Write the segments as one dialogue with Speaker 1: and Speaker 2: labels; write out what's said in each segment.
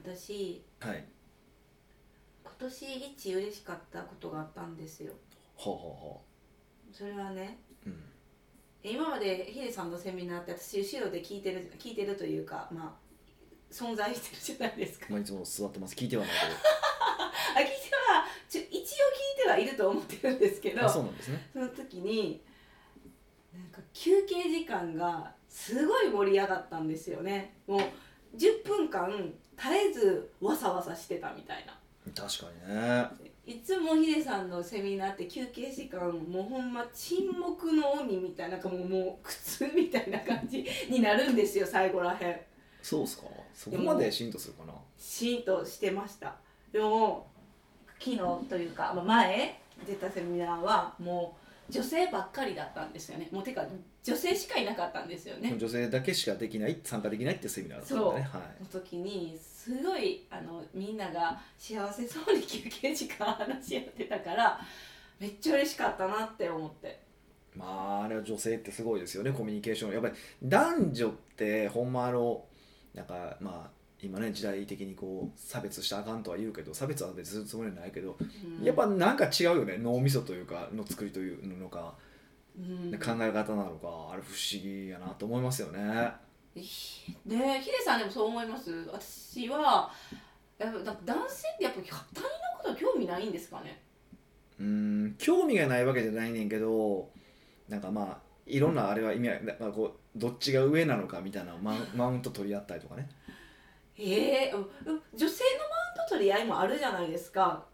Speaker 1: るし
Speaker 2: はい
Speaker 1: 今年一嬉しかったことがあったんですよ
Speaker 2: ほうほ
Speaker 1: それはね
Speaker 2: うほううん
Speaker 1: 今までヒデさんのセミナーって私後ろで聞いてる聞いてるというかまあ存在してるじゃないですか
Speaker 2: まあいつも座ってます聞いてはない
Speaker 1: あ聞いてはちょ一応聞いてはいると思ってるんですけ
Speaker 2: け
Speaker 1: ど
Speaker 2: どあそうなんですね
Speaker 1: その時になんか休憩時間がすごい盛り上がったんですよねもう10分間絶えずわさわさしてたみたいな
Speaker 2: 確かにね
Speaker 1: いつもヒデさんのセミナーって休憩時間もうほんま沈黙の鬼みたいななんかもうもう苦痛みたいな感じになるんですよ最後らへん
Speaker 2: そうっすかそこまで浸透するかな
Speaker 1: シーンとしてましたでも昨日というかまあ前出たセミナーはもう女性ばっかりだったんですよねもうてか女性しかいなかったんですよね
Speaker 2: 女性だけしかできない参加できないってセミナーだったんだねはい
Speaker 1: の時にすごいあのみんなが幸せそうに休憩時間話し合ってたからめっちゃ嬉しかったなって思って
Speaker 2: まああれは女性ってすごいですよねコミュニケーションやっぱり男女ってほんまあのなんかまあ今ね時代的にこう差別したらあかんとは言うけど差別は別にするつもりはないけど、
Speaker 1: うん
Speaker 2: やっぱなんか違うよね脳みそというかの作りというのか、
Speaker 1: うん
Speaker 2: 考え方なのかあれ不思議やなと思いますよね
Speaker 1: ひねえヒデさんでもそう思います私はやっぱだ男性ってやっぱ他人のこと興味ないんですかね
Speaker 2: うん興味がないわけじゃないねんけどなんかまあいろんなあれは意味合い、まあ、こうどっちが上なのかみたいなマウンマウント取り合ったりとかね
Speaker 1: ええうん女性のマウント取り合いもあるじゃないですか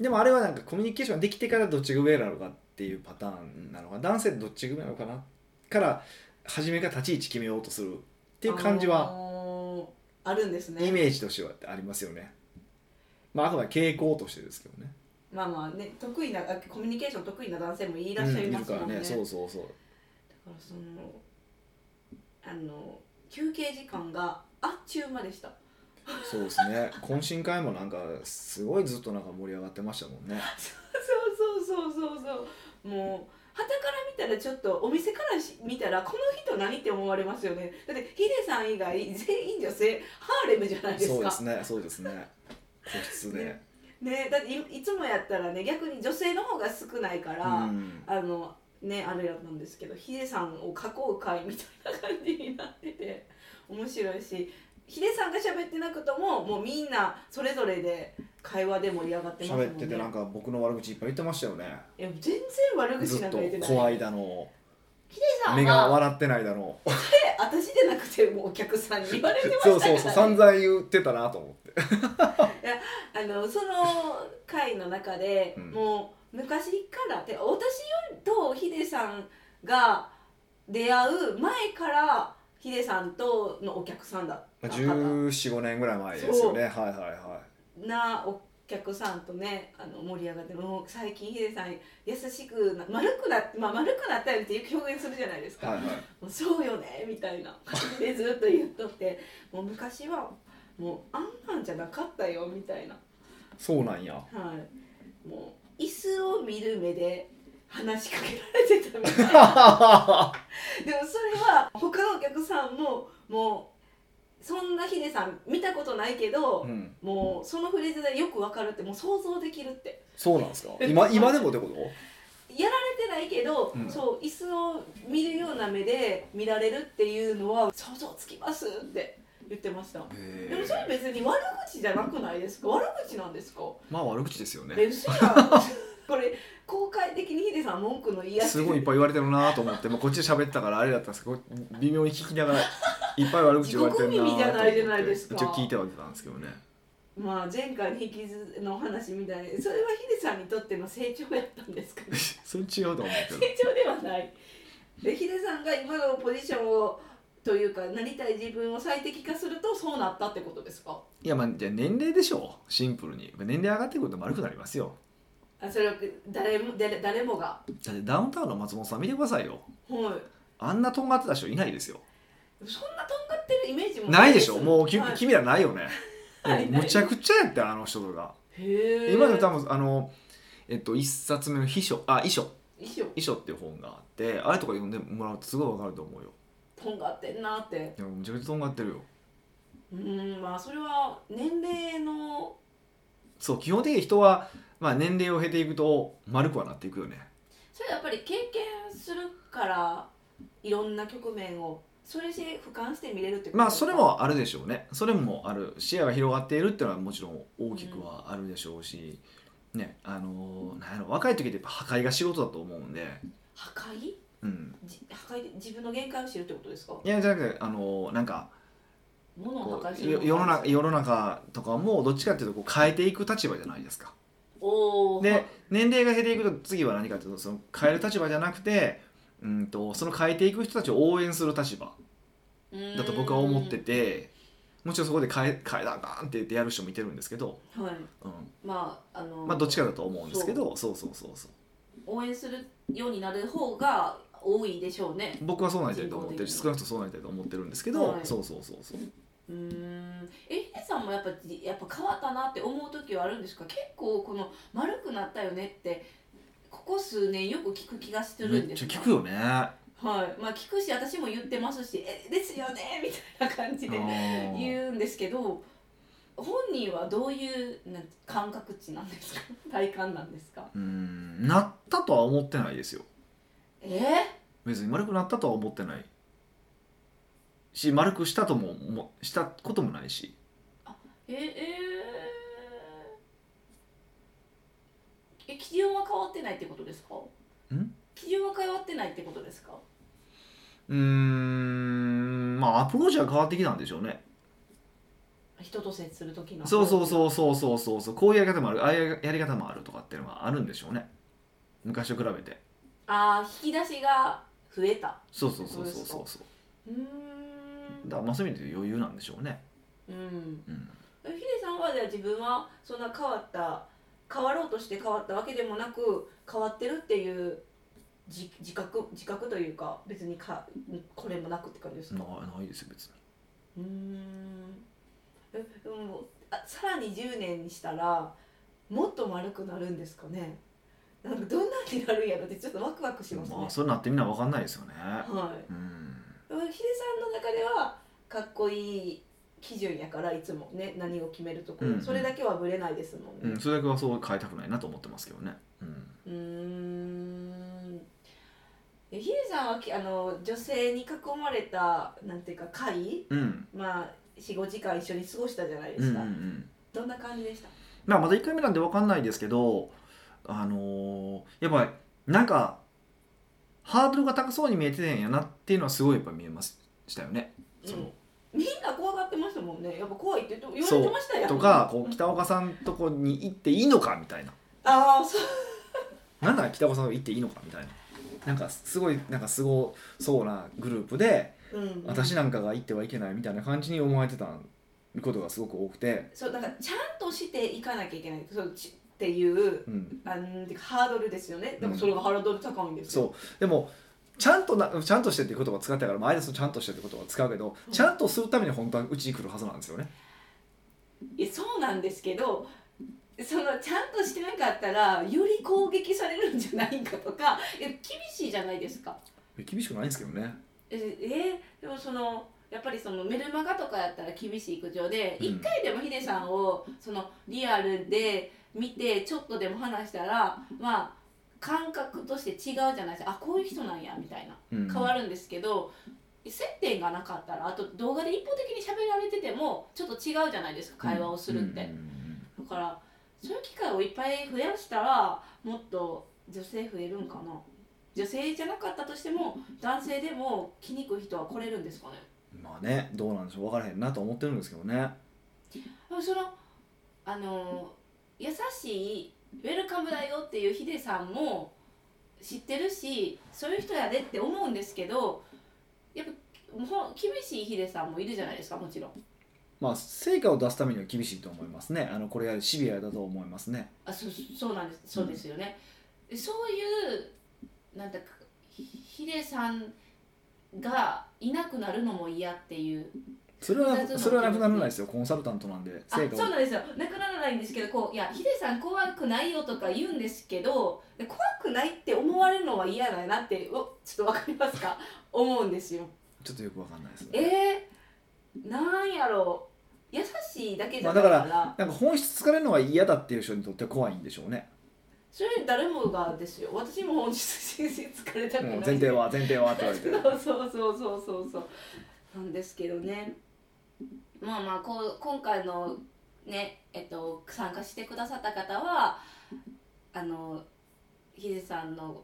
Speaker 2: でもあれはなんかコミュニケーションができてからどっちが上なのかっていうパターンなのか男性ってどっちが上なのかなから初めから立ち位置決めようとするっていう感じ
Speaker 1: あ
Speaker 2: は
Speaker 1: のーあるんですね
Speaker 2: イメージとしてはありますよね。まあ、あくまで傾向としてですけどね。
Speaker 1: まあまあね得意なあコミュニケーション得意な男性もい
Speaker 2: い
Speaker 1: らっしゃい
Speaker 2: い
Speaker 1: ま
Speaker 2: る
Speaker 1: す
Speaker 2: か
Speaker 1: も
Speaker 2: ら
Speaker 1: んね,、
Speaker 2: ね。そうそうそう。
Speaker 1: だからそのあの休憩時間があっちゅう間でした
Speaker 2: そうですね。懇親会もなんかすごいずっとなんか盛り上がってましたもんね。
Speaker 1: そうそうそうそうそうもう旗から見たらちょっとお店からし見たらこの人何って思われますよねだってヒデさん以外全員女性ハーレムじゃないですか
Speaker 2: そうですね。そうですね。個室で
Speaker 1: ね。ねだっていいつもやったらね逆に女性の方が少ないか
Speaker 2: う
Speaker 1: ら、
Speaker 2: ん。
Speaker 1: あのねあれやったんですけどヒデさんを囲う会みたいな感じになってて面白いしヒデさんが喋ってなくとももうみんなそれぞれで会話で盛り上がってますもんね
Speaker 2: 喋っててなんか僕の悪口いっぱい言ってましたよね。
Speaker 1: いや全然悪口
Speaker 2: ず
Speaker 1: な
Speaker 2: っ
Speaker 1: んか
Speaker 2: と
Speaker 1: 言ってない
Speaker 2: 怖いだの、
Speaker 1: ヒデさん
Speaker 2: 目が
Speaker 1: は
Speaker 2: 笑ってないだの。
Speaker 1: え私じゃなくてもうお客さんに言われてました
Speaker 2: そ
Speaker 1: から、
Speaker 2: うそ
Speaker 1: ね、
Speaker 2: うそう。散々言ってたなと思って。
Speaker 1: あのその回の中で、
Speaker 2: うん
Speaker 1: もう昔からで私よりとヒデさんが出会う前からヒデさんとのお客さんだった
Speaker 2: まあ、
Speaker 1: 方
Speaker 2: 14、5年ぐらい前ですよね。はいはいはい。
Speaker 1: なお客さんとねあの盛り上がってもう最近ヒデさん優しくな丸くなって、まあ、丸くなったよっていう表現するじゃないですか、
Speaker 2: はいはい。
Speaker 1: もうそうよねみたいな感じでずっと言っとってもう昔はもうあんなんじゃなかったよみたいな。
Speaker 2: そうなんや。
Speaker 1: はい、もう椅子を見る目で話しかけられてたみたい な
Speaker 2: は
Speaker 1: でもそれは他のお客さんももうそんなヒデさん見たことないけど、
Speaker 2: うん、
Speaker 1: もうそのフレーズでよくわかるってもう想像できるって
Speaker 2: そうなんですか。今今でもってこと？
Speaker 1: やられてないけど、
Speaker 2: うん
Speaker 1: そう椅子を見るような目で見られるっていうのは想像つきますって言ってましたでもそれ別に悪口じゃなくないですか悪口なんですか
Speaker 2: まあ悪口ですよ
Speaker 1: え
Speaker 2: ね。
Speaker 1: 嘘やん これ公開的にヒデさん文句の言い合い
Speaker 2: すごいいっぱい言われてるなと思って、まあこっちで喋ったからあれだったんですけど、微妙に聞きながらいっぱい悪口言われてるなと思っ
Speaker 1: 地獄耳
Speaker 2: て。
Speaker 1: じゃないじゃないですか
Speaker 2: 一応聞いてはいたんですけどね。
Speaker 1: まあ前回の引きずの話みたいにそれはヒデさんにとっての成長やったんですかね
Speaker 2: それ違うと思うけど。
Speaker 1: 成長ではないでヒデさんが今のポジションをというかなりたい自分を最適化するとそうなったってことですか
Speaker 2: いやまあじゃあ年齢でしょう。シンプルに年齢上がってくると丸くなりますよ。
Speaker 1: あそれは誰も誰誰もが
Speaker 2: だってダウンタウンの松本さん見てくださいよ。
Speaker 1: はい
Speaker 2: あんなとんがってた人いないですよ。
Speaker 1: そんなとんがってるイメージも
Speaker 2: ないでしょ。もうき、
Speaker 1: はい
Speaker 2: 君らないよね。
Speaker 1: ない
Speaker 2: もうむちゃくちゃやってあの人とか。
Speaker 1: へえ
Speaker 2: 今でも多分あのえっと1冊目の秘書あ遺書
Speaker 1: 衣装
Speaker 2: 遺書っていう本があってあれとか読んでもらうとすごいわかると思うよ
Speaker 1: とんがってんなって
Speaker 2: いやめちゃくちゃとんがってるよ
Speaker 1: うーんまあそれは年齢
Speaker 2: そう基本的に人は、まあ、年齢を経ていくと丸くはなっていくよね
Speaker 1: それはやっぱり経験するからいろんな局面をそれで俯瞰して見れるってこと
Speaker 2: まあそれもあるでしょうねそれもある視野が広がっているっていうのはもちろん大きくはあるでしょうし、ねあのーなんやろ若い時ってやっぱ破壊が仕事だと思うんで、
Speaker 1: 破壊
Speaker 2: うん、
Speaker 1: じ破壊で自分の限界を知るってことですか
Speaker 2: いやじゃなくてあのーなんか
Speaker 1: 物を
Speaker 2: こ
Speaker 1: 破壊す
Speaker 2: う
Speaker 1: る
Speaker 2: よ世の中世の中とかもどっちかっていうとこう変えていく立場じゃないですか。
Speaker 1: おお
Speaker 2: で年齢が減っていくと次は何かっていうとその変える立場じゃなくてうんとその変えていく人たちを応援する立場だと僕は思っててもちろんそこで変え変えだガーンって言ってやる人もいてるんですけど、
Speaker 1: はい
Speaker 2: うん
Speaker 1: まああの、
Speaker 2: まあ、どっちかだと思うんですけどそうそうそうそう
Speaker 1: 応援するようになる方が多いでしょうね
Speaker 2: 僕はそうなりたいと思ってるし
Speaker 1: 人口的に
Speaker 2: 少なくともそうなりたいと思ってるんですけど、
Speaker 1: はい
Speaker 2: そうそうそうそう
Speaker 1: うーんえヒデさんもやっぱじやっぱ変わったなって思う時はあるんですか結構この丸くなったよねってここ数年よく聞く気がす
Speaker 2: め
Speaker 1: るん
Speaker 2: っ
Speaker 1: です
Speaker 2: ちゃ
Speaker 1: よ
Speaker 2: 聞くよね。
Speaker 1: はいまあ聞くし私も言ってますし「えですよね」みたいな感じで
Speaker 2: あー
Speaker 1: 言うんですけど本人はどういうなん感覚値なんですか 体感なんですか
Speaker 2: うんなったとは思ってないですよ
Speaker 1: え
Speaker 2: 別に丸くなったとは思ってないし丸くしたとももしたこともないし
Speaker 1: ええええ基準は変わってないってことですか
Speaker 2: ん
Speaker 1: 基準は変わってないってことですか
Speaker 2: うーんまあアプローチは変わってきたんでしょうね
Speaker 1: 人と接する時の
Speaker 2: そうそう
Speaker 1: う
Speaker 2: そうそうそうそうそうこういうやり方もあるああいうやり方もあるとかっていうのはあるんでしょうね昔と比べて
Speaker 1: ああ引き出しが増えた
Speaker 2: そうそうそうそうそうそう
Speaker 1: うーん
Speaker 2: だからまあそういう意味で余裕なんでしょうね
Speaker 1: うん
Speaker 2: うん
Speaker 1: ヒデさんはじゃあ自分はそんな変わった変わろうとして変わったわけでもなく変わってるっていう自自覚自覚というか別にかこれもなくって感じですか、
Speaker 2: なないですよ別に
Speaker 1: うーんえでもあさらに10年にしたらもっと丸くなるんですかねなんかどんなになるんやろってちょっとワクワクしますね、
Speaker 2: まあそうなってみんな分かんないですよね
Speaker 1: はい
Speaker 2: うん
Speaker 1: ヒデさんの中ではかっこいい基準やからいつもね何を決めるところ、
Speaker 2: うん
Speaker 1: それだけはぶれないですもんね、
Speaker 2: うん、それだけはそう変えたくないなと思ってますけどね、うん、
Speaker 1: うーんえヒデさんはきあの女性に囲まれたなんていうか会
Speaker 2: うん
Speaker 1: まあ45時間一緒に過ごしたじゃないで
Speaker 2: うんう
Speaker 1: す
Speaker 2: んう
Speaker 1: か、
Speaker 2: ん
Speaker 1: どんな感じでした
Speaker 2: まあ、まだ1回目なんで分かんないですけどあのーやっぱりなんかハードルが高そうに見えてたんやなっていうのはすごいやっぱ見えましたよね。その
Speaker 1: みんな怖がってましたもんねやっぱ怖いって言って言われてましたよ
Speaker 2: とかこう北岡さんとこに行っていいのかみたいな
Speaker 1: ああそう
Speaker 2: なんなら北岡さんとこ行っていいのかみたいななんかすごいなんかすごそうなグループで
Speaker 1: うん
Speaker 2: 私なんかが行ってはいけないみたいな感じに思われてたことがすごく多くて、
Speaker 1: そうだからちゃんとしていかなきゃいけないそうちっていう
Speaker 2: うん、
Speaker 1: なんていうかハードルですよねでも
Speaker 2: うん
Speaker 1: それがハードル高いんですよ、
Speaker 2: そうでもちゃんとなちゃんとしてっていう言葉使ってたから、まあ、アイスちゃんとしてって言葉使うけど、
Speaker 1: うん
Speaker 2: ちゃんとするために本当はうちに来るはずなんですよね。
Speaker 1: いやそうなんですけどそのちゃんとしてなかったらより攻撃されるんじゃないかとかいや厳しいじゃないですか
Speaker 2: 厳しくないんですけどね。
Speaker 1: ええでもそのやっぱりそのメルマガとかやったら厳しい苦情で、
Speaker 2: うん
Speaker 1: 一回でもヒデさんをそのリアルで見てちょっとでも話したらまあ感覚として違うじゃないですかあこういう人なんやみたいな
Speaker 2: うん、
Speaker 1: 変わるんですけど、接点がなかったらあと動画で一方的に喋られててもちょっと違うじゃないですか会話をするって、
Speaker 2: うんうんうん
Speaker 1: だからそういう機会をいっぱい増やしたらもっと女性増えるんかな女性じゃなかったとしても男性でも気に食う人は来れるんですかね
Speaker 2: うんまあねどうなんでしょう分からへんなと思ってるんですけどね。
Speaker 1: でもそのあの優しいウェルカムだよっていうヒデさんも知ってるしそういう人やでって思うんですけどやっぱもう厳しいヒデさんもいるじゃないですかもちろん
Speaker 2: まあ成果を出すためには厳しいと思いますね。あのこれやシビアだと思いますね。
Speaker 1: あそうそうなんですそうですよね、そういうなんだかひヒデさんがいなくなるのも嫌っていう
Speaker 2: それは
Speaker 1: 複雑な
Speaker 2: それはなくならないですよ。コンサルタントなんで
Speaker 1: あそ
Speaker 2: 成
Speaker 1: う
Speaker 2: 果を
Speaker 1: なんですよなくならないんですけどこういやヒデさん怖くないよとか言うんですけどで怖くないって思われるのは嫌だなっておちょっとわか りますか思うんですよ
Speaker 2: ちょっとよく分かんないですね。
Speaker 1: えー、なんやろう優しいだけじゃな
Speaker 2: ま
Speaker 1: い
Speaker 2: あ
Speaker 1: か
Speaker 2: だ
Speaker 1: ら,、
Speaker 2: かなんか本質疲れるのは嫌だっていう人にとっては怖いんでしょうね、
Speaker 1: それ誰もがですよ私も本日先生疲れたく
Speaker 2: う
Speaker 1: ない、
Speaker 2: ん、前提は前提はって言われ て
Speaker 1: そうそうそうそうそうそうなんですけどねまあまあこう今回のねえっと参加してくださった方はあのヒデさんの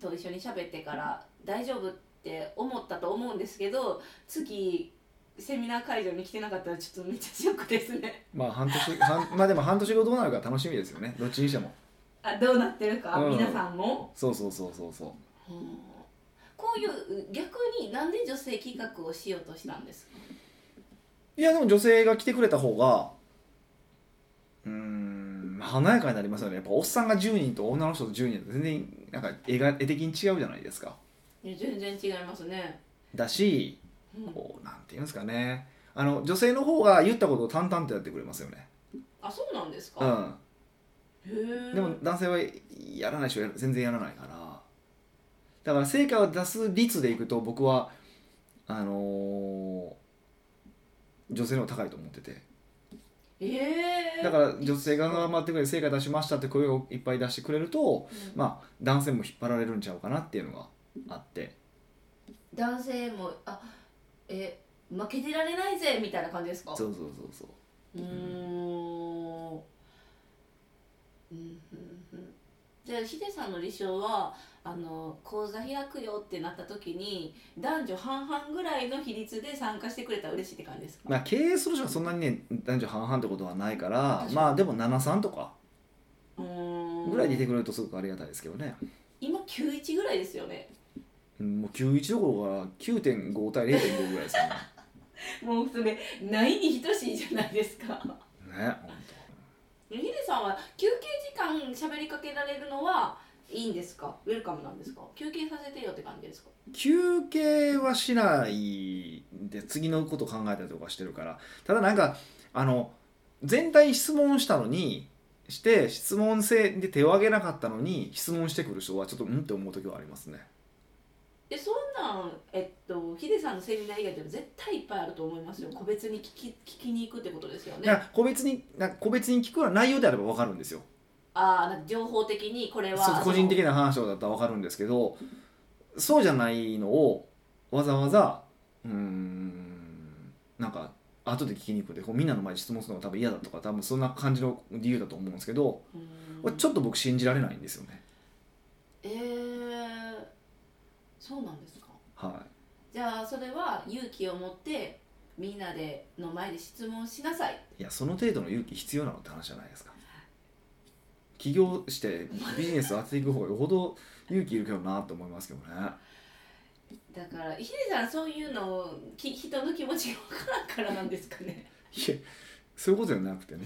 Speaker 1: と一緒に喋ってから大丈夫って思ったと思うんですけど次セミナー会場に来てなかったらちょっとめっちゃショックですね
Speaker 2: まあ半年半 まあでも半年後どうなるか楽しみですよねどっちにしても
Speaker 1: あどうなってるか、
Speaker 2: うん
Speaker 1: 皆さんも
Speaker 2: そうそうそうそうそう
Speaker 1: こういう逆になんで女性企画をしようとしたんですか
Speaker 2: いやでも女性が来てくれた方がうーん華やかになりますよねやっぱおっさんが10人と女の人と10人だと全然なんか絵が絵的に違うじゃないですか
Speaker 1: いや全然違いますね、
Speaker 2: だし
Speaker 1: うん
Speaker 2: こうなんていうんですかねあの女性の方が言ったことを淡々とやってくれますよね
Speaker 1: あそうなんです
Speaker 2: う
Speaker 1: か、
Speaker 2: ん
Speaker 1: へえ
Speaker 2: でも男性はやらないし全然やらないからだから成果を出す率でいくと僕はあのー女性の方が高いと思ってて
Speaker 1: ええ
Speaker 2: だから女性が頑張ってくれて成果出しましたって声をいっぱい出してくれると、
Speaker 1: まあ、
Speaker 2: まあ、男性も引っ張られるんちゃうかなっていうのがあって
Speaker 1: 男性もあえ負けてられないぜみたいな感じですか
Speaker 2: そううそうそうそう
Speaker 1: ーんうんうんうんじゃあヒデさんの理想はあの講座開くよってなった時に男女半々ぐらいの比率で参加してくれたら嬉しいって感じですか、
Speaker 2: まあ経営する人はそんなにね男女半々ってことはないから
Speaker 1: 確かに
Speaker 2: まあでも73とか
Speaker 1: うーん
Speaker 2: ぐらい出てくれるとすごくありがたいですけどね、
Speaker 1: 今91ぐらいですよね
Speaker 2: うんもう91どころから9.5対0.5ぐらいですよ
Speaker 1: もうそれないに等しいじゃないですか
Speaker 2: ねね本
Speaker 1: ヒデさんは休憩時間喋りかけられるのはいいんですかウェルカムなんですか休憩させてよって感じですか
Speaker 2: 当。休憩はしないで次のこと考えたりとかしてるからただなんかあの全体質問したのにして質問制で手を挙げなかったのに質問してくる人はちょっとうんって思う時はありますね
Speaker 1: でそんなんえっとヒデさんのセミナー以外でも絶対いっぱいあると思いますよ個別に聞き聞きに行くってことですよ
Speaker 2: だか
Speaker 1: ね
Speaker 2: ら個別になんか個別に聞くような内容であれば分かるんですよ
Speaker 1: ああなんか情報的にこれは
Speaker 2: そう
Speaker 1: その
Speaker 2: 個人的な話だったら分かるんですけどそうじゃないのをわざわざうーんなんか後で聞きに行くんでこうみんなの前で質問するのが多分嫌だとか多分そんな感じの理由だと思うんですけど
Speaker 1: うーん
Speaker 2: これちょっと僕信じられないんですよね。
Speaker 1: えー、そうなんですか
Speaker 2: は
Speaker 1: じゃあそれは勇気を持ってみんなでの前で質問しなさい
Speaker 2: い、いやその程度の勇気必要なのって話じゃないですか。起業してビジネスを当てていく方がよほど勇気いるけどなと思いますけどね。
Speaker 1: だからヒデさんそういうのをき人の気持ちが分からんからなんですかね
Speaker 2: いやそういうことじゃなくてね。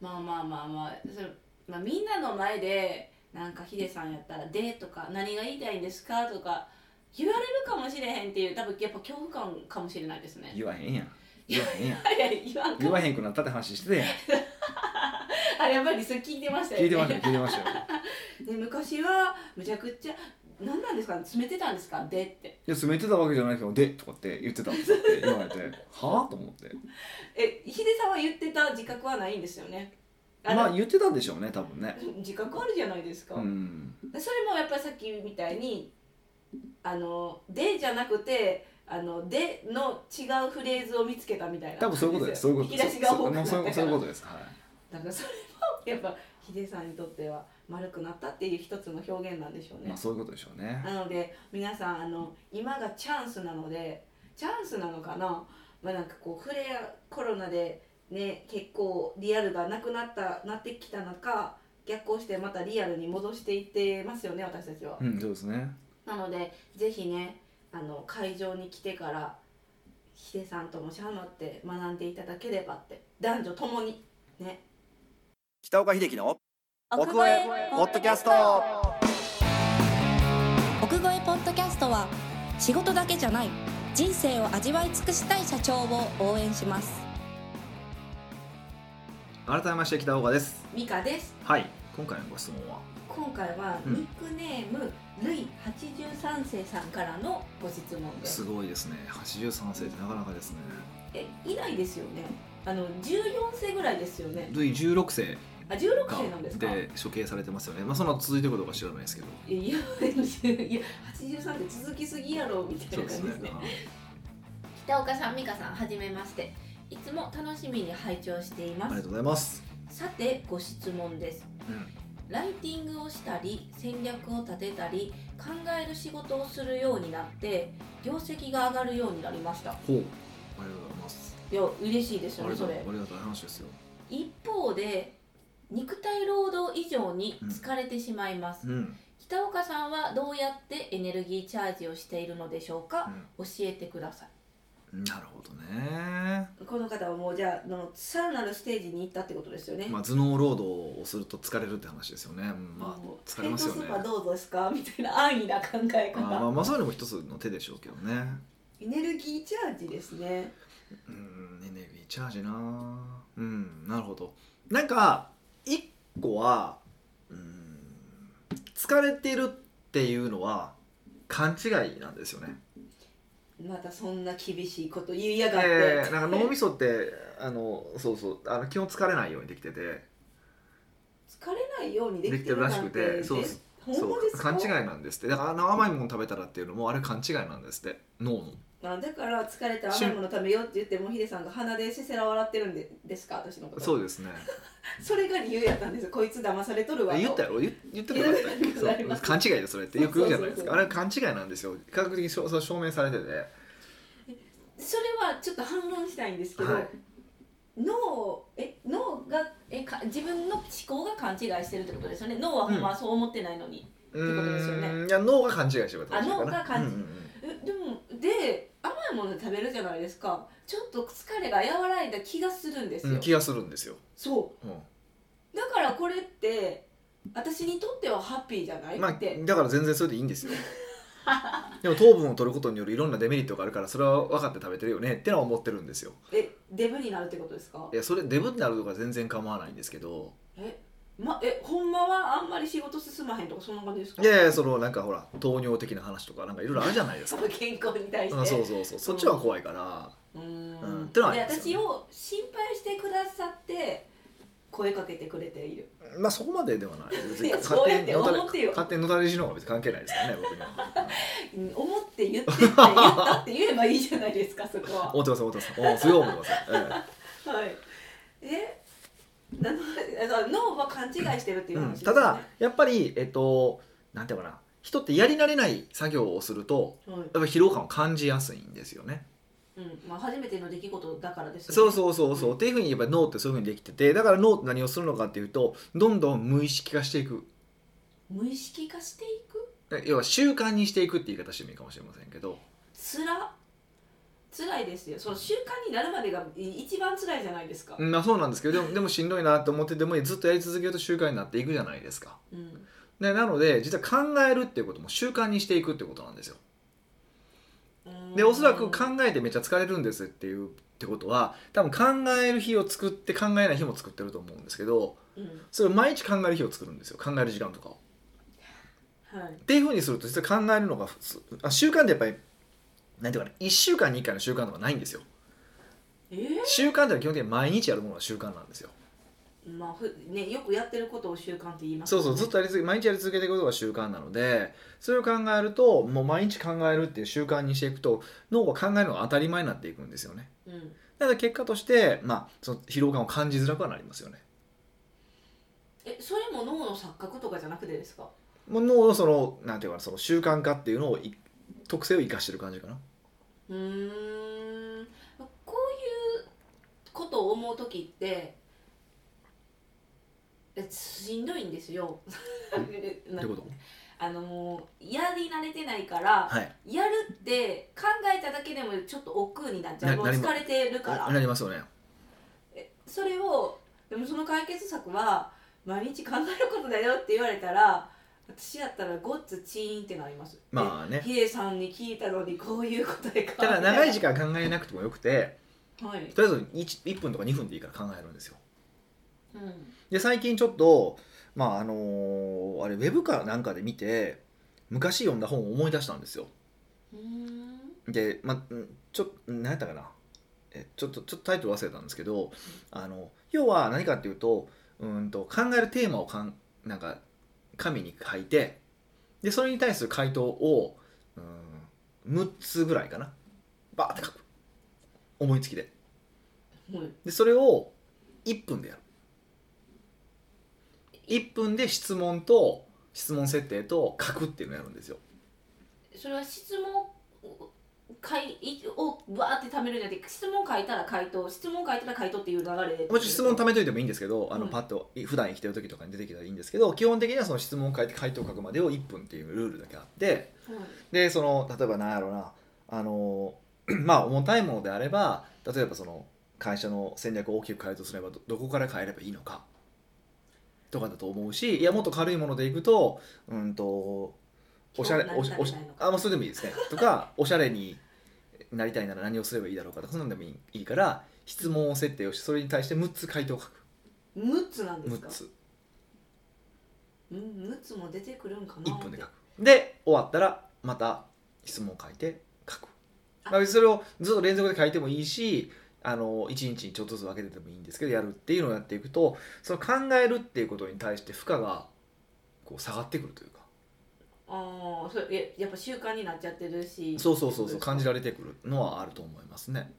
Speaker 1: まあまあまあまあそれ、まあ、みんなの前でなんかヒデさんやったら「で」とか「何が言いたいんですか?」とか言われるかもしれへんっていう多分やっぱ恐怖感かもしれないですね
Speaker 2: 言わへんやん。言わへんやん。
Speaker 1: はいはい言わんか
Speaker 2: 言わへんくなったって話してたやん。
Speaker 1: あやっぱりそれ聞いてましたよ
Speaker 2: 聞
Speaker 1: ね
Speaker 2: いてましたよ聞いてまし たよ。
Speaker 1: で昔はむちゃくちゃ何なんですかね詰めてたんですか「で」って
Speaker 2: いや詰めてたわけじゃないけど「で」とかって言ってたとかって言われて「はあ?」と思って
Speaker 1: えヒデさんは言ってた自覚はないんですよねあ
Speaker 2: まあ
Speaker 1: の
Speaker 2: 言ってたんでしょうね多分ね
Speaker 1: 自覚あるじゃないですか、
Speaker 2: うん
Speaker 1: それもやっぱりさっきみたいに「あので」じゃなくて「あので」の違うフレーズを見つけたみたいな
Speaker 2: 多分そういうこと ですそういうこと
Speaker 1: 引
Speaker 2: で
Speaker 1: き出
Speaker 2: す
Speaker 1: しが多くな
Speaker 2: もう
Speaker 1: った
Speaker 2: そう
Speaker 1: か
Speaker 2: いう
Speaker 1: ら
Speaker 2: そういうことですはい
Speaker 1: だからそれもやっぱヒデさんにとっては丸くなったっていう一つの表現なんでしょうね、
Speaker 2: まあそういうことでしょうね
Speaker 1: なので皆さんあの今がチャンスなのでチャンスなのかな,、まあ、なんかこうフレアコロナで、ね、結構リアルがなくなったなってきた中逆行してまたリアルに戻していってますよね私たちは。
Speaker 2: うんそうですね
Speaker 1: なのでぜひねあの会場に来てからヒデさんともシャーマって学んでいただければって男女ともにね
Speaker 2: 北岡秀樹の
Speaker 3: 奥越えポッドキャスト
Speaker 4: 奥越えポッドキャストは仕事だけじゃない人生を味わい尽くしたい社長を応援します
Speaker 2: 改めまして北岡です
Speaker 1: ミカです
Speaker 2: はい今回のご質問は
Speaker 1: 今回は
Speaker 2: うん
Speaker 1: ニックネーム、ルイ83世さんからのご質問です
Speaker 2: すごいですね83世ってなかなかですね
Speaker 1: えいないですよねあの14世ぐらいですよね
Speaker 2: ルイ16世
Speaker 1: あ16
Speaker 2: が
Speaker 1: 世なんですか
Speaker 2: で処刑されてますよね、まあ、その後続いてることか知らないですけど
Speaker 1: いやいやいや83って続きすぎやろみたいな感じですね北岡さん美香さんはじめましていつも楽しみに拝聴してい
Speaker 2: あ
Speaker 1: ま
Speaker 2: ありが
Speaker 1: す
Speaker 2: とうございます、
Speaker 1: さてご質問です
Speaker 2: うん、
Speaker 1: ライティングをしたり戦略を立てたり考える仕事をするようになって業績が上がるようになりました
Speaker 2: ほうありがとうございます
Speaker 1: いや嬉しいです
Speaker 2: あ
Speaker 1: よね
Speaker 2: りが
Speaker 1: そ
Speaker 2: と
Speaker 1: うれ
Speaker 2: ありがたい話ですよ
Speaker 1: 一方で肉体労働以上に疲れてしまいます、
Speaker 2: うん
Speaker 1: 北岡さんはどうやってエネルギーチャージをしているのでしょうか、教えてください
Speaker 2: うんなるほどね
Speaker 1: この方はもうじゃあのさらなるステージに行ったってことですよね、
Speaker 2: まあ頭脳労働をすると疲れるって話ですよねうんま
Speaker 1: もう
Speaker 2: あ疲れますよね
Speaker 1: ヘッドスーパーどうぞですかみたいな安易な考え
Speaker 2: あーまあ
Speaker 1: 方
Speaker 2: まあそういうのも一つの手でしょうけどね
Speaker 1: エネルギーチャージですね
Speaker 2: うんエネルギーチャージなうんなるほどなんか一個はうん疲れてるっていうのは勘違いなんですよね、
Speaker 1: またそんな厳しいこと言いやがって、
Speaker 2: えー、なんか脳みそってあのそうそうあの基本疲れないようにできてて
Speaker 1: 疲れないようにできてるなんて
Speaker 2: できてるらしくてそうです
Speaker 1: えほん
Speaker 2: そ
Speaker 1: まです
Speaker 2: う
Speaker 1: か
Speaker 2: 勘違いなんですってだからあの甘いもの食べたらっていうのもあれ勘違いなんですって脳の
Speaker 1: あだから疲れたら甘いもの食べようって言ってもヒデさんが鼻でせせら笑ってるんでですか私のこと
Speaker 2: そうですね
Speaker 1: それが理由やったんですこいつ騙されとるわと
Speaker 2: 言ったやろ言言ってなかった
Speaker 1: 言ってなかった
Speaker 2: そう勘違いでそれってよく言うじゃないですか
Speaker 1: そうそうそうそう
Speaker 2: あれ勘違いなんですよ科学的に証そう証明されてて
Speaker 1: それはちょっと反論したいんですけど、
Speaker 2: はい
Speaker 1: 脳え脳がえか自分の思考が勘違いしてるってことですよね脳はほんまはそう思ってないのに、って
Speaker 2: う
Speaker 1: ことですよね
Speaker 2: ーんいや脳が勘違いしてる
Speaker 1: あ脳が勘違い
Speaker 2: うんうん
Speaker 1: えでもで甘いもの食べるじゃないですかちょっと疲れが和らいだ気がするんです
Speaker 2: うん
Speaker 1: よ、
Speaker 2: うん、気がするんですよ、
Speaker 1: そううだからこれって私にとってはハッピーじゃない
Speaker 2: んま
Speaker 1: っ
Speaker 2: あ
Speaker 1: て、、
Speaker 2: だから全然それでいいんです よでも糖分を取ることによるいろんなデメリットがあるからそれは分かって食べてるよねってのは思ってるんですよ
Speaker 1: えデブになるってことですか
Speaker 2: いやそれデブになるとか全然構わないんですけど
Speaker 1: え,、ま、えほんまはあんまり仕事進まへんとかそんな感じですか
Speaker 2: いやいやそのなんかほら糖尿的な話とかなんかいろいろあるじゃないです
Speaker 1: そ
Speaker 2: か
Speaker 1: の健康に対して、
Speaker 2: うん、そうそうそうそっちは怖いから、
Speaker 1: う
Speaker 2: うん
Speaker 1: ん
Speaker 2: ってのはあ
Speaker 1: で
Speaker 2: ります
Speaker 1: 私
Speaker 2: よ
Speaker 1: を心配してくださって声かけてくれている
Speaker 2: まあそこまでではない別
Speaker 1: いや
Speaker 2: 勝
Speaker 1: そ
Speaker 2: 手に
Speaker 1: うやって思ってよ
Speaker 2: のたれ勝手にのたれ死の方が別に関係ないですからね僕には
Speaker 1: うん思って言ってって言ったって言えばいいじゃないですかそこは
Speaker 2: 思ってます思ってます おすごい思ってます、え
Speaker 1: はいえなのあの脳は勘違いしてるって
Speaker 2: え
Speaker 1: いう
Speaker 2: う
Speaker 1: 話
Speaker 2: ん、
Speaker 1: です
Speaker 2: た
Speaker 1: よ
Speaker 2: だ
Speaker 1: ね、
Speaker 2: やっぱりえっとなんていうのかな人ってやり慣れない作業をすると
Speaker 1: はい
Speaker 2: やっぱ疲労感を感じやすいんですよね
Speaker 1: うんまあ、初めての出来事だからです
Speaker 2: そう
Speaker 1: う
Speaker 2: そうそうそう、っていうふうにやっぱり脳ってそういうふうにできててだから脳って何をするのかっていうとどんどん無意識化していく
Speaker 1: 無意識化していく
Speaker 2: え要は習慣にしていくって言い方してもいいかもしれませんけど
Speaker 1: つらつらいですよその習慣になるまでがい一番つらいじゃないですか、
Speaker 2: うんまあそうなんですけどでもでもしんどいなと思っててもずっとやり続けると習慣になっていくじゃないですか
Speaker 1: うん
Speaker 2: ね、なので実は考えるっていうことも習慣にしていくってことなんですよ
Speaker 1: うん
Speaker 2: でおそらく考えてめっちゃ疲れるんですっていうってことは多分考える日を作って考えない日も作ってると思うんですけど
Speaker 1: うん
Speaker 2: それを毎日考える日を作るんですよ考える時間とかを
Speaker 1: はい
Speaker 2: っていうふうにすると実は考えるのが普通あ習慣ってやっぱりなんていうかな1週間に1回の習慣とかないんですよ
Speaker 1: えー
Speaker 2: 習慣ってのは基本的に毎日やるものが習慣なんですよ
Speaker 1: まあふね、よくやってることを習慣って言います
Speaker 2: そう
Speaker 1: よね
Speaker 2: そうずっとやり続け毎日やり続けていくことが習慣なのでそれを考えるともう毎日考えるっていう習慣にしていくと脳が考えるのが当たり前になっていくんですよね
Speaker 1: うん、
Speaker 2: だから結果として、まあ、その疲労感を感じづらくはなりますよね。
Speaker 1: えそれも脳の錯覚とかじゃなくてですか
Speaker 2: もう脳のそのなんていうかなその習慣化っていうのをい特性を生かしてる感じかな。
Speaker 1: うーんこういうことを思う時ってえしんどいんですよ
Speaker 2: ってこと。
Speaker 1: あのもうやり慣れてないから、
Speaker 2: はい。
Speaker 1: やるって考えただけでもちょっと億劫になっちゃ
Speaker 2: な
Speaker 1: うもう
Speaker 2: なりま
Speaker 1: 疲れてるから
Speaker 2: なりますよね。
Speaker 1: それをでもその解決策は毎日考えることだよって言われたら私やったらごっつチーンってなります
Speaker 2: まあ
Speaker 1: あ
Speaker 2: ね。
Speaker 1: ヒデさんに聞いたのにこういうことでか
Speaker 2: ただ長い時間考えなくてもよくて、
Speaker 1: 間はい、
Speaker 2: とりあえず 1, 1分とか2分でいいから考えるんですよ。
Speaker 1: うん、
Speaker 2: で最近ちょっとまああのーあれウェブかなんかで見て昔読んだ本を思い出したんですよ。
Speaker 1: うーん
Speaker 2: で、まあ、うんちょっと何やったかなえちょっとちょっとタイトル忘れたんですけどあの要は何かっていうとうーんと考えるテーマをかんなんか紙に書いてでそれに対する回答をうーん6つぐらいかなバーって書く思いつきで
Speaker 1: はい
Speaker 2: でそれを1分でやる1分で質問と質問設定と書くっていうのをやるんですよ
Speaker 1: それは質問をかいいをわーって貯めるんじゃなくて質問書いたら回答質問書いたら回答っていう流れで
Speaker 2: もちろん質問貯めといてもいいんですけどあの
Speaker 1: うん
Speaker 2: パッとい普段生きてる時とかに出てきたらいいんですけど基本的にはその質問を書いて回答を書くまでを1分っていうルールだけあって
Speaker 1: はい
Speaker 2: でその例えば何やろうなあの まあ重たいものであれば例えばその会社の戦略を大きく変えるとすればどどこから変えればいいのかとかだと思うしいやもっと軽いものでいくとうんとおしゃれおしおしあもうそれでもいいです ねとかおしゃれになりたいなら何をすればいいだろうかとかそんなんでもいいいいから質問を設定をしてそれに対して6つ回答を書く
Speaker 1: 6つなんです
Speaker 2: 6
Speaker 1: か
Speaker 2: つ
Speaker 1: うん6つも出てくるんかな
Speaker 2: 1分で書くで終わったらまた質問を書いて書く、まあ、別にそれをずっと連続で書いてもいいしあの1日にちょっとずつ分けててもいいんですけどやるっていうのをやっていくとその考えるっていうことに対して負荷がこう下がってくるというか
Speaker 1: ああそれややっぱ習慣になっちゃってるし
Speaker 2: そうそうそうそう感じられてくるのはあると思いますね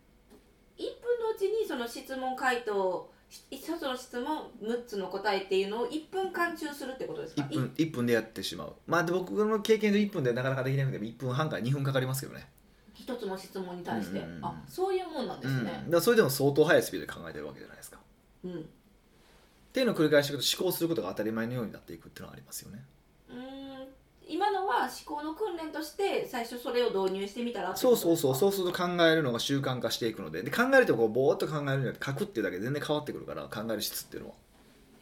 Speaker 1: 1分のうちにその質問回答1つの質問6つの答えっていうのを1分間中するってことですか
Speaker 2: 1分一分でやってしまうまあで僕の経験で1分でなかなかできないので1分半から2分かかりますけどね
Speaker 1: 1つの質問に対して、
Speaker 2: うんうんうん
Speaker 1: あそういうもんなんで
Speaker 2: う
Speaker 1: す
Speaker 2: んだ
Speaker 1: ね
Speaker 2: からそれでも相当速いスピードで考えてるわけじゃないですか
Speaker 1: うん、う
Speaker 2: っていうのを繰り返していくと思考することが当たり前のようになっていくっていうのはありますよね
Speaker 1: ーん今のは思考の訓練として最初それを導入してみたら
Speaker 2: そうそうそう
Speaker 1: う
Speaker 2: そうすると考えるのが習慣化していくのでで考えるとこうぼーっと考えるんじゃなくて書くっていうだけで全然変わってくるから考える質っていうのは、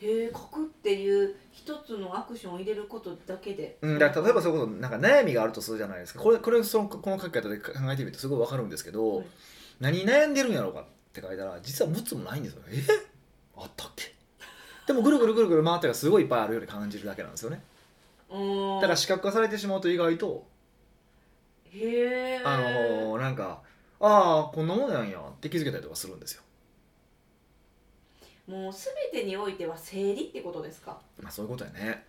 Speaker 1: へえ書くっていう一つのアクションを入れることだけで、
Speaker 2: うん、だから例えばそういうことなんか悩みがあるとするじゃないですかこれこれそのこの書き方で考えてみるとすごいわかるんですけど、
Speaker 1: はい
Speaker 2: 何悩んでるんやろうかって書いたら実は6つもないんですよえあったっけでもぐるぐるぐるぐる回ったらすごいいっぱいあるように感じるだけなんですよね
Speaker 1: うーん
Speaker 2: だから視覚化されてしまうと意外と
Speaker 1: へえ
Speaker 2: あのーなんかああこんなもんなんやって気づけたりとかするんですよ
Speaker 1: もう全てにおいては整理ってことですか
Speaker 2: まあそういうことやね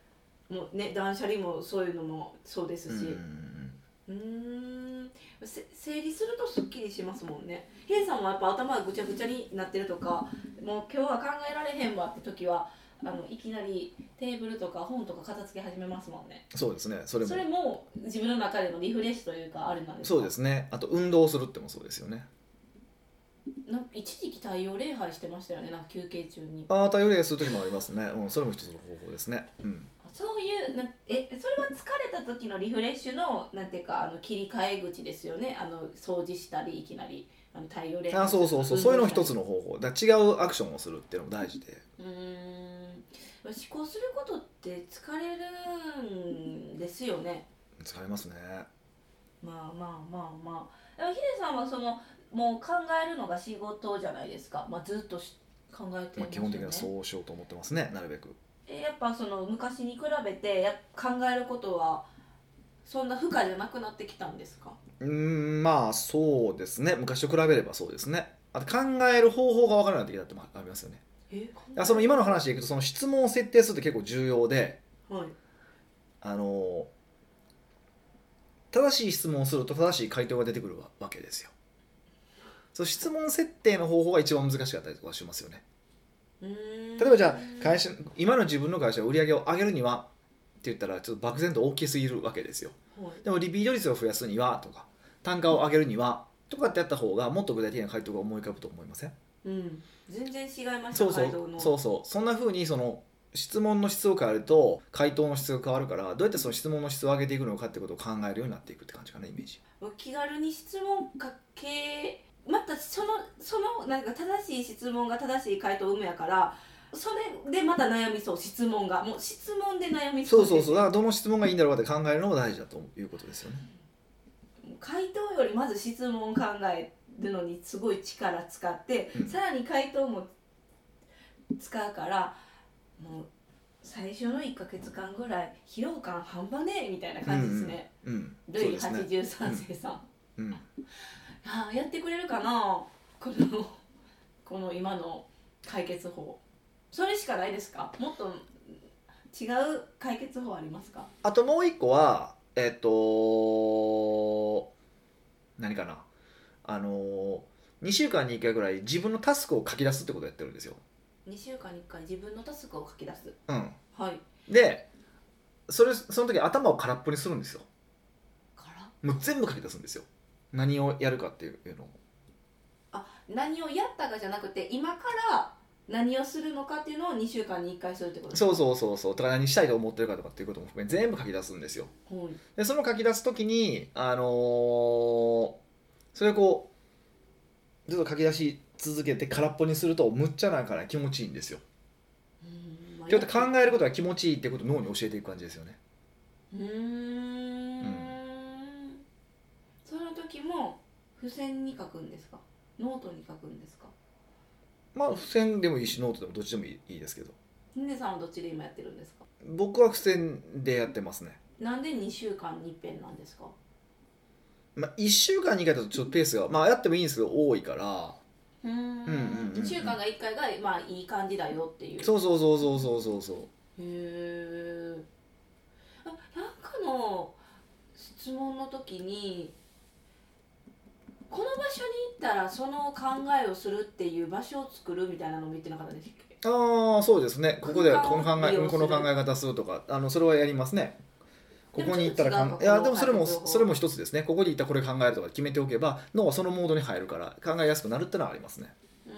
Speaker 1: もうね断捨離もそういうのもそうです
Speaker 2: うん
Speaker 1: しう
Speaker 2: うんうん
Speaker 1: ーんせ整理するとすっきりしますもんねヘイさんもやっぱ頭がぐちゃぐちゃになってるとかもう今日は考えられへんわって時はあのいきなりテーブルとか本とか片付け始めますもんね
Speaker 2: そうですねそれも
Speaker 1: それも自分の中でのリフレッシュというかあれなんですか
Speaker 2: そうですねあと運動するってもそうですよね
Speaker 1: なんか一時期太陽礼拝してましたよねなんか休憩中に
Speaker 2: ああ太陽礼する時もありますね、うん、それも一つの方法ですね、うん、
Speaker 1: そういうなんえそれは疲れた時のリフレッシュのなんていうかあの切り替え口ですよねあの掃除したりいきなりあの太陽礼拝
Speaker 2: あーそうそうそうそういうの一つの方法だから違うアクションをするっていうのも大事で
Speaker 1: うーん思考することって疲れるんですよね
Speaker 2: 使えますね
Speaker 1: まあまあまあまあでもヒデさんはそのもう考えるのが仕事じゃないですか、まあ、ずっとし考えて
Speaker 2: まあ、
Speaker 1: ます
Speaker 2: 基
Speaker 1: よね
Speaker 2: 本的にはそうしようと思ってますねなるべく
Speaker 1: えやっぱその昔に比べてや考えることはそんな負荷じゃなくなってきたんですか
Speaker 2: うーんまあそうですね昔と比べればそうですねあと考える方法が分からないといけないってもありますよね
Speaker 1: え
Speaker 2: あその今の話でいくとその質問を設定するって結構重要で
Speaker 1: はい
Speaker 2: あの正しい質問をすると正しい回答が出てくるわけですよそう質問設定の方法が一番難しかったりとかしますよね
Speaker 1: うーん
Speaker 2: 例えばじゃあ会社今の自分の会社は売り上げを上げるにはって言ったらちょっと漠然と大きすぎるわけですよ
Speaker 1: はい
Speaker 2: でもリピート率を増やすにはとか単価を上げるにはとかってやった方がもっと具体的な回答が思い浮かぶと思いません
Speaker 1: うん、全然違いました
Speaker 2: そうそ
Speaker 1: 街道
Speaker 2: う
Speaker 1: の
Speaker 2: そうそうそんな風にその質問の質を変えると回答の質が変わるからどうやってその質問の質を上げていくのかってことを考えるようになっていくって感じかなイメージ
Speaker 1: 気軽に質問かけまたそのそのなんか正しい質問が正しい回答を生むやからそれでまた悩みそう質問がもう質問で悩みそ
Speaker 2: そう
Speaker 1: う
Speaker 2: そうそう
Speaker 1: う
Speaker 2: だからどの質問がいいんだろうかって考えるのも大事だということですよね
Speaker 1: 回答よりまず質問考えるのにすごい力使って、
Speaker 2: うん
Speaker 1: さらに回答も使うからもう最初の1か月間ぐらい疲労感半端ねえみたいな感じですね、
Speaker 2: うん
Speaker 1: ル
Speaker 2: そ
Speaker 1: イ
Speaker 2: うですね
Speaker 1: 83世さん、
Speaker 2: うん
Speaker 1: ああやってくれるかなこのこの今の解決法それしかないですかもっと違う解決法ありますか
Speaker 2: あともう一個はえっ、と何かなあの2週間に1回ぐらい自分のタスクを書き出すってことをやってるんですよ。
Speaker 1: 2週間に1回自分のタスクを書き出す
Speaker 2: うん、
Speaker 1: はい
Speaker 2: でそれその時頭を空っぽにするんですよ。
Speaker 1: から
Speaker 2: もう全部書き出すんですよ。何をやるかっていうのを。
Speaker 1: あ何をやったかじゃなくて今から何をするのかっていうのを2週間に1回するってこと
Speaker 2: そうそうそうそうとか何したいと思ってるかとかっていうことも含め全部書き出すんですよ。
Speaker 1: う、はい
Speaker 2: でその書き出す時にあのーそれをこうずっと書き出し続けて空っぽにするとむっちゃなんかね気持ちいいんですよ。
Speaker 1: うんまあ
Speaker 2: ちょっと考えることが気持ちいいってことを脳に教えていく感じですよね。
Speaker 1: うーん
Speaker 2: うん
Speaker 1: その時も付箋に書くんですかノートに書くんですか
Speaker 2: まあ付箋でもいいしノートでもどっちでもいいいいですけど
Speaker 1: ひねさんはどっちで今やってるんですか
Speaker 2: 僕は付箋でやってますね。
Speaker 1: なんで2週間に一遍なんですか
Speaker 2: まあ、1週間に1回だとちょっとペースが、まあ、やってもいいんですけど多いから
Speaker 1: う
Speaker 2: うんうんうん
Speaker 1: 2週間が1回がまあいい感じだよっていう
Speaker 2: そうそうそうそうそうそうそう
Speaker 1: へえあなんかの質問の時にこの場所に行ったらその考えをするっていう場所を作るみたいなのも言ってなかったでしたっけ
Speaker 2: ああそうですねここではこの考
Speaker 1: 空間を利
Speaker 2: え
Speaker 1: 用す
Speaker 2: こ
Speaker 1: る
Speaker 2: の考え方するとかあのそれはやりますねここに行ったら
Speaker 1: でも
Speaker 2: か
Speaker 1: ちょっと違うか
Speaker 2: んいやでもそれも
Speaker 1: この解決方法
Speaker 2: それも一つですねここに行ったらこれ考えるとか決めておけば脳はそのモードに入るから考えやすくなるってのはありますね
Speaker 1: う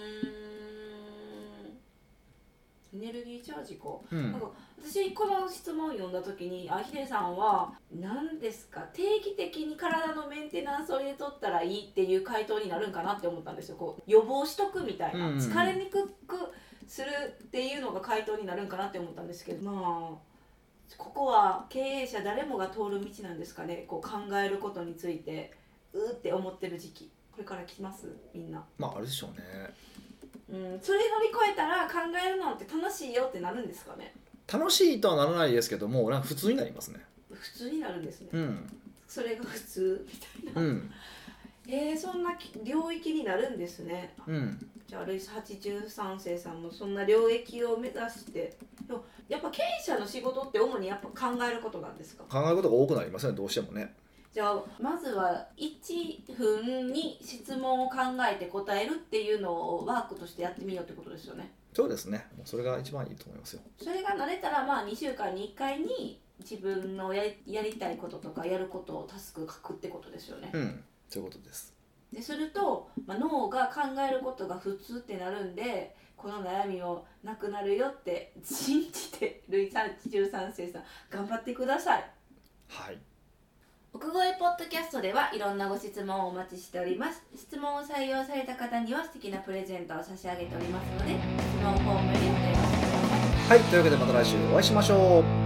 Speaker 1: ーんエネルギーチャージか、
Speaker 2: う
Speaker 1: なん
Speaker 2: ん
Speaker 1: か私この質問を読んだ時にあヒデさんは何ですか定期的に体のメンテナンスを入れとったらいいっていう回答になるんかなって思ったんですよこう予防しとくみたいな、
Speaker 2: うんうんうん
Speaker 1: 疲れにくくするっていうのが回答になるんかなって思ったんですけどまあここは経営者誰もが通る道なんですかねこう考えることについてうーって思ってる時期これから来ますみんな。
Speaker 2: まああれでしょうね
Speaker 1: うん、それ乗り越えたら考えるのって楽しいよってなるんですかね
Speaker 2: 楽しいとはならないですけどもなんか普通になりますね
Speaker 1: 普通になるんですね、
Speaker 2: うん
Speaker 1: それが普通みた
Speaker 2: う
Speaker 1: いな、
Speaker 2: ん
Speaker 1: えー、そんなき領域になるんですね
Speaker 2: うん
Speaker 1: じゃあルイス83世さんもそんな領域を目指してでもやっぱ経営者の仕事って主にやっぱ考えることなんですか
Speaker 2: 考えることが多くなりますねどうしてもね
Speaker 1: じゃあまずは1分に質問を考えて答えるっていうのをワークとしてやってみようってことですよね
Speaker 2: そうですねもうそれが一番いいと思いますよ
Speaker 1: それが慣れたらまあ2週間に1回に自分のやりやりたいこととかやることをタスク書くってことですよね。
Speaker 2: うんそういうことです
Speaker 1: ですると、まあ、脳が考えることが普通ってなるんでこの悩みもなくなるよって信じてルイさん13世さん頑張ってください。
Speaker 2: はい
Speaker 1: 奥越えポッドキャストではいろんなご質問をお待ちしております質問を採用された方には素敵なプレゼントを差し上げておりますので質問フォームにお問い合わせください。
Speaker 2: はいというわけでまた来週お会いしましょう